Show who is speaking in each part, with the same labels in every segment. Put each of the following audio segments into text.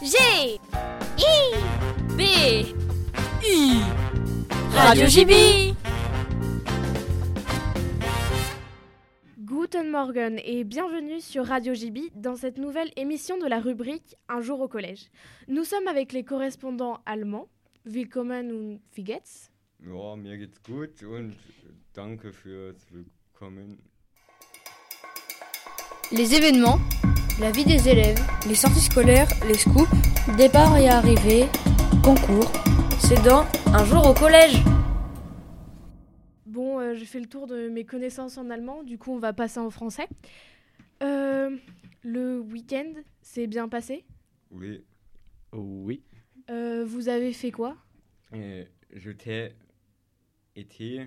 Speaker 1: G
Speaker 2: I
Speaker 1: B I Radio GB
Speaker 3: Guten Morgen et bienvenue sur Radio JB dans cette nouvelle émission de la rubrique Un jour au collège. Nous sommes avec les correspondants allemands, Willkommen und wie geht's
Speaker 4: Ja, mir geht's gut und danke fürs Willkommen.
Speaker 5: Les événements, la vie des élèves,
Speaker 6: Les sorties scolaires, les scoops,
Speaker 5: départ et arrivée,
Speaker 6: concours, c'est dans Un jour au collège.
Speaker 3: Bon, euh, j'ai fait le tour de mes connaissances en allemand, du coup on va passer en français. Euh, le week-end s'est bien passé
Speaker 4: Oui,
Speaker 7: Oui.
Speaker 3: Euh, Vous avez fait quoi
Speaker 4: euh, je t'ai été euh,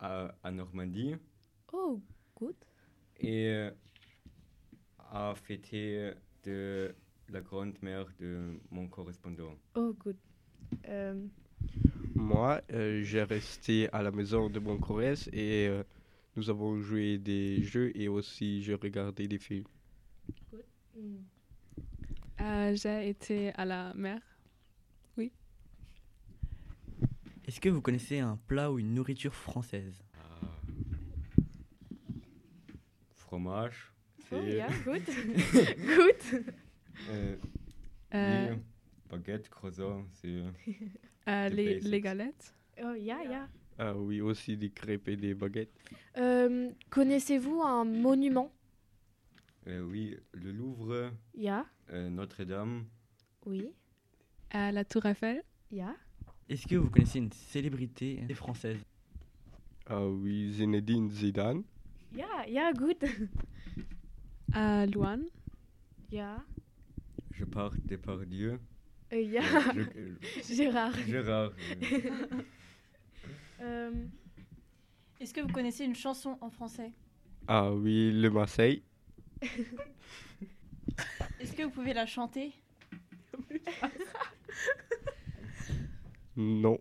Speaker 4: à, à Normandie
Speaker 3: Oh, good.
Speaker 4: et euh, à fêter de la grand-mère de mon correspondant.
Speaker 3: Oh, good. Euh,
Speaker 7: Moi, euh, j'ai resté à la maison de mon Corrèze et euh, nous avons joué des jeux et aussi j'ai regardé des films.
Speaker 3: hmm.
Speaker 8: Euh, j'ai été à la mer.
Speaker 9: Est-ce que vous connaissez un plat ou une nourriture française
Speaker 4: Ah. Fromage,
Speaker 3: Oh,
Speaker 4: c'est
Speaker 3: yeah, good. good.
Speaker 4: euh,
Speaker 8: Euh,
Speaker 4: oui, baguette, croissant, c'est
Speaker 8: euh,
Speaker 4: The
Speaker 8: les,
Speaker 4: basics.
Speaker 8: les galettes.
Speaker 3: Oh, yeah, yeah.
Speaker 7: Ah oui, aussi des crêpes et des baguettes.
Speaker 3: Euh, Connaissez-vous un monument
Speaker 4: euh, oui le Louvre,
Speaker 3: Ya,
Speaker 4: euh, Notre-Dame,
Speaker 3: oui,
Speaker 8: Euh, la Tour Eiffel.
Speaker 3: ya.
Speaker 9: Est-ce que vous connaissez une célébrité française
Speaker 7: Ah oui, Zinedine Zidane.
Speaker 3: Ya, ya, good.
Speaker 8: À Louane.
Speaker 3: Ya,
Speaker 4: je pars de par Dieu. euh,
Speaker 3: euh, ya, Gérard.
Speaker 4: Gérard. euh,
Speaker 3: Euh,
Speaker 10: Est-ce que vous connaissez une chanson en français
Speaker 7: Ah oui, le Marseille.
Speaker 10: Est-ce que vous pouvez la chanter
Speaker 7: Non.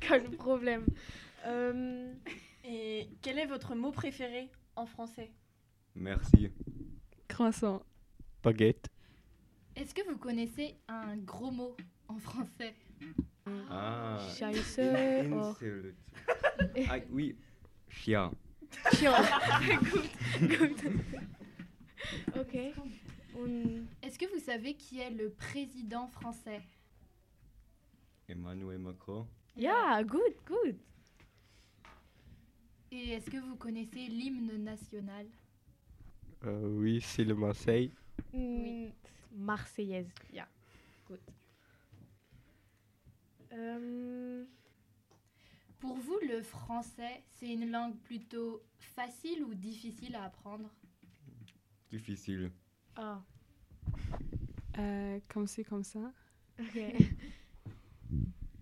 Speaker 3: quel problème. Euh,
Speaker 10: Et quel est votre mot préféré en français
Speaker 4: Merci.
Speaker 8: Croissant.
Speaker 7: Baguette.
Speaker 2: Est-ce que vous connaissez un gros mot en français
Speaker 4: Ah,
Speaker 3: Scheiße, Oh.
Speaker 4: in-
Speaker 3: or-
Speaker 4: insult. ah oui, chien.
Speaker 3: Chiant. good, good. Ok. On-
Speaker 2: Est-ce que vous savez qui est le président français
Speaker 4: Emmanuel Macron.
Speaker 3: Ya, good, good.
Speaker 2: Et est-ce que vous connaissez l'hymne national
Speaker 7: Ah oui, c'est le Marseille.
Speaker 3: Mm, Marseillaise. Ya, good. Euh,
Speaker 2: Pour vous, le français, c'est une langue plutôt facile ou difficile à apprendre
Speaker 4: Difficile.
Speaker 3: ah,
Speaker 8: Euh, comme c'est comme ça.
Speaker 3: ok.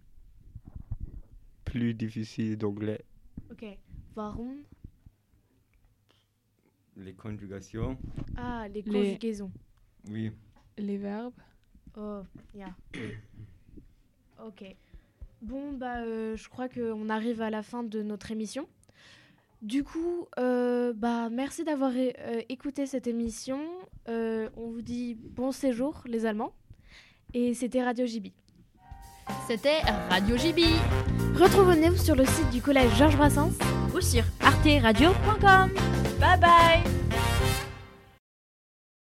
Speaker 7: Plus difficile d'anglais.
Speaker 3: Ok. Warum
Speaker 4: Les conjugations.
Speaker 3: Ah, les
Speaker 8: Les-
Speaker 3: conjugaisons.
Speaker 4: Oui,
Speaker 8: Les verbes.
Speaker 3: Oh, yeah. ok. Bon, bah, euh, je crois qu'on arrive à la fin de notre émission. Du coup, euh, bah, merci d'avoir é- euh, écouté cette émission. Euh, on vous dit bon séjour, les Allemands. Et c'était Radio JB.
Speaker 5: c'était Radio JB.
Speaker 3: Retrouvez-nous sur le site du collège Georges Brassens
Speaker 1: ou sur arteradio.com. Bye bye